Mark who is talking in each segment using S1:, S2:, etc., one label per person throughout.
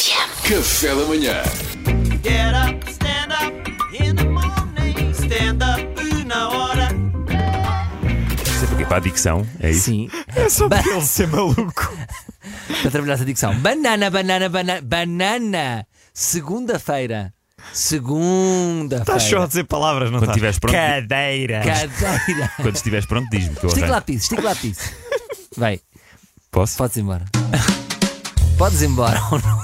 S1: Café da manhã.
S2: Get up, stand up in the morning. Stand up na hora.
S3: Sempre que é para a dicção, é isso?
S4: Sim,
S5: É só porque ele ser maluco.
S4: para trabalhar essa dicção. Banana, banana, banana, banana. Segunda-feira. Segunda-feira.
S5: Estás só a dizer palavras, não
S3: Quando
S5: estás?
S3: tiveres pronto.
S5: Cadeira.
S4: Cadeira.
S3: Quando estiveres pronto, diz-me que eu
S4: Estica
S3: arranjo.
S4: lápis, estica lápis. Vai,
S3: Posso?
S4: podes ir embora. Podes ir embora ou não?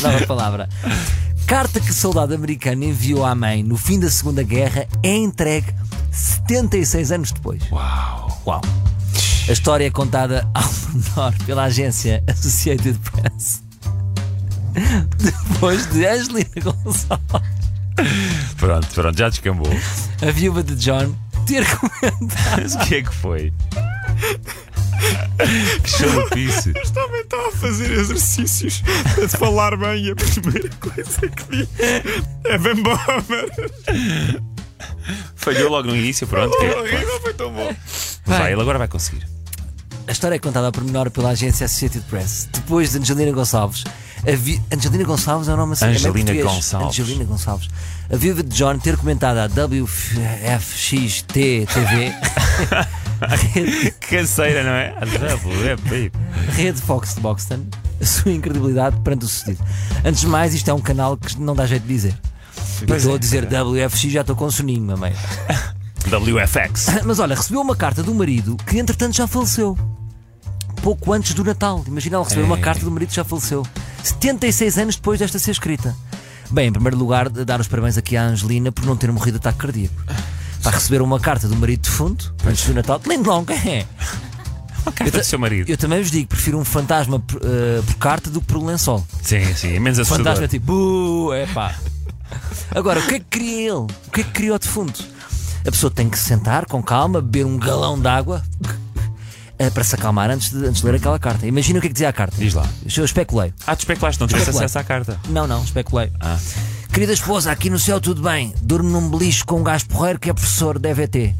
S4: Nova palavra. Carta que soldado americano enviou à mãe no fim da Segunda Guerra é entregue 76 anos depois.
S3: Uau.
S4: Uau. A história é contada ao menor pela agência Associated Press. Depois de Angelina Gonçalves,
S3: Pronto, pronto, já descambou.
S4: a viúva de John, ter comentado.
S3: Mas o que é que foi? que chalupice.
S5: Este homem está então a fazer exercícios de falar bem e a primeira coisa que diz é bem bom, mano.
S3: Falhou logo no início, pronto. que é-
S5: Horrível, foi tão bom.
S3: Vai, ele agora vai conseguir.
S4: A história é contada ao pormenor pela agência Associated Press. Depois de Angelina Gonçalves, a vi... Angelina Gonçalves é o nome assim, é meio
S3: Angelina
S4: português.
S3: Gonçalves.
S4: Angelina Gonçalves. A viúva de John ter comentado à WFXT-TV, rede,
S3: Canseira, não é? Adorable, é, babe.
S4: rede Fox de Boxton, a sua incredibilidade perante o sucedido. Antes de mais, isto é um canal que não dá jeito de dizer. Eu
S3: Pois
S4: Estou
S3: é.
S4: a dizer WFX, já estou com soninho, mamãe.
S5: Ah,
S3: WFX.
S4: Mas olha, recebeu uma carta do marido que entretanto já faleceu. Pouco antes do Natal. Imagina ela receber uma
S3: Ei.
S4: carta do marido que já faleceu. 76 anos depois desta ser escrita. Bem, em primeiro lugar, dar os parabéns aqui à Angelina por não ter morrido de ataque cardíaco. Para receber uma carta do marido defunto antes do Natal. Lindo longa, é.
S3: Uma carta do seu marido.
S4: Eu também vos digo, prefiro um fantasma por, eh, por carta do que por um lençol.
S3: Sim, sim, é menos assustador.
S4: Fantasma é tipo, "Bu, é pá. Agora, o que é que queria ele? O que é que queria o defunto? A pessoa tem que se sentar com calma, beber um galão de água eh, para se acalmar antes de, antes de ler aquela carta. Imagina o que é que dizia a carta.
S3: Diz lá.
S4: Eu especulei.
S3: Ah, tu especulaste, não tiveste
S4: Especulei.
S3: acesso à carta.
S4: Não, não, especulei.
S3: Ah.
S4: Querida esposa, aqui no céu tudo bem. Durmo num beliche com um gajo porreiro que é professor da EVT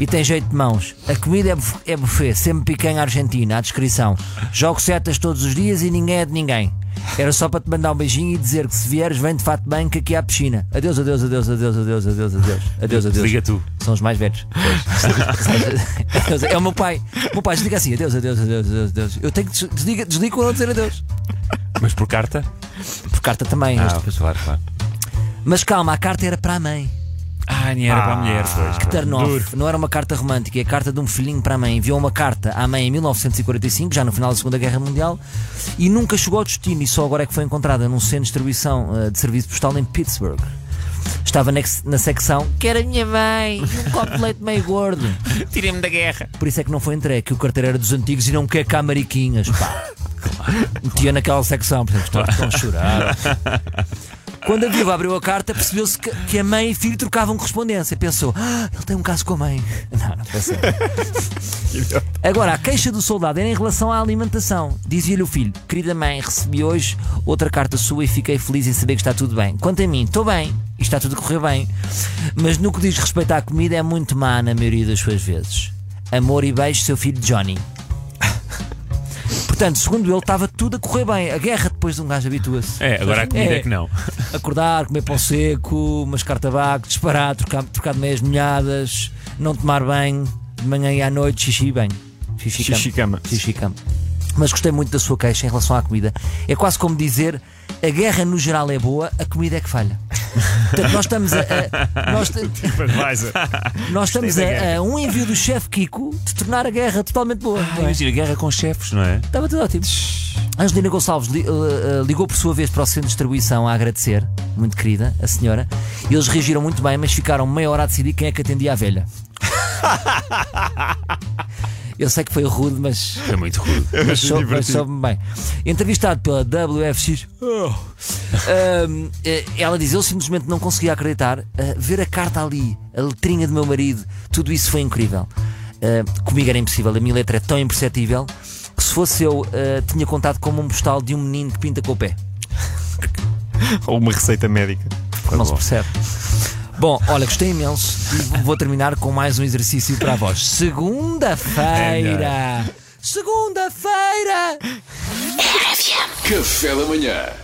S4: e tem jeito de mãos. A comida é, buf é buffet, sempre picanha argentina, à descrição. Jogo setas todos os dias e ninguém é de ninguém. Era só para te mandar um beijinho e dizer que se vieres, vem de fato bem que aqui há piscina. Adeus, adeus, adeus, adeus, adeus, adeus, adeus, adeus, adeus.
S3: Liga tu.
S4: São os mais velhos. Adeus. é o meu pai. O meu pai desliga assim, adeus, adeus, adeus, adeus, adeus. Eu tenho que des- desliga, desligo quando ele dizer adeus.
S3: Mas por carta?
S4: Por carta também.
S3: Ah,
S4: este-
S3: claro, claro.
S4: Mas calma, a carta era para a mãe.
S3: Ah, nem era para a mulher, pois.
S4: Que turn off. Não era uma carta romântica, é a carta de um filhinho para a mãe. Enviou uma carta à mãe em 1945, já no final da Segunda Guerra Mundial, e nunca chegou ao destino e só agora é que foi encontrada num centro de distribuição eh, de serviço postal em Pittsburgh. Estava nex- na secção Quero a minha mãe e um copo de leite meio gordo.
S3: Tirei-me da guerra.
S4: Por isso é que não foi entregue, que o carteiro era dos antigos e não quer cá mariquinhas, pá. Metia naquela secção, portanto, estou- estão a chorar. Quando a viúva abriu a carta, percebeu-se que, que a mãe e filho trocavam correspondência. Pensou, ah, ele tem um caso com a mãe. Não, não pensei. Agora, a queixa do soldado era em relação à alimentação. Dizia-lhe o filho: Querida mãe, recebi hoje outra carta sua e fiquei feliz em saber que está tudo bem. Quanto a mim, estou bem e está tudo a correr bem. Mas no que diz respeito à comida, é muito má na maioria das suas vezes. Amor e beijo, seu filho Johnny. Portanto, segundo ele, estava tudo a correr bem. A guerra depois de um gajo habitua-se.
S3: É, agora a comida é, que não.
S4: Acordar, comer pão seco, mascar tabaco, disparar, trocar, trocar de meias molhadas, não tomar banho, de manhã e à noite, xixi e banho. Xixi, e cama.
S5: Xixi e cama.
S4: Xixi e cama. Mas gostei muito da sua queixa em relação à comida. É quase como dizer: a guerra no geral é boa, a comida é que falha. Portanto, nós estamos a. a- nós,
S5: Budweiser.
S4: nós estamos
S5: da
S4: a,
S5: guerra.
S4: a um envio do chefe Kiko de tornar a guerra totalmente boa. não é?
S3: Imagina, guerra com chefes, não é?
S4: Estava tudo ótimo. Angelina Gonçalves li- eh, eh, ligou por sua vez para o centro de distribuição a agradecer, muito querida, a senhora. E eles reagiram muito bem, mas ficaram meia hora a decidir quem é que atendia à velha. Eu sei que foi rude, mas
S3: É muito rude.
S4: mas sou- mas soube-me bem. Entrevistado pela WFX, ahm, eh, ela diz: Eu simplesmente não conseguia acreditar. eh, ver a carta ali, a letrinha do meu marido, tudo isso foi incrível. Eh, comigo era impossível, a minha letra é tão imperceptível que se fosse eu, eh, tinha contado como um postal de um menino que pinta com o pé.
S5: Ou uma receita médica.
S3: Tá
S4: não se percebe. Bom, olha, gostei imenso e v- vou terminar com mais um exercício para a voz. Segunda-feira! Segunda-feira!
S1: Café da manhã.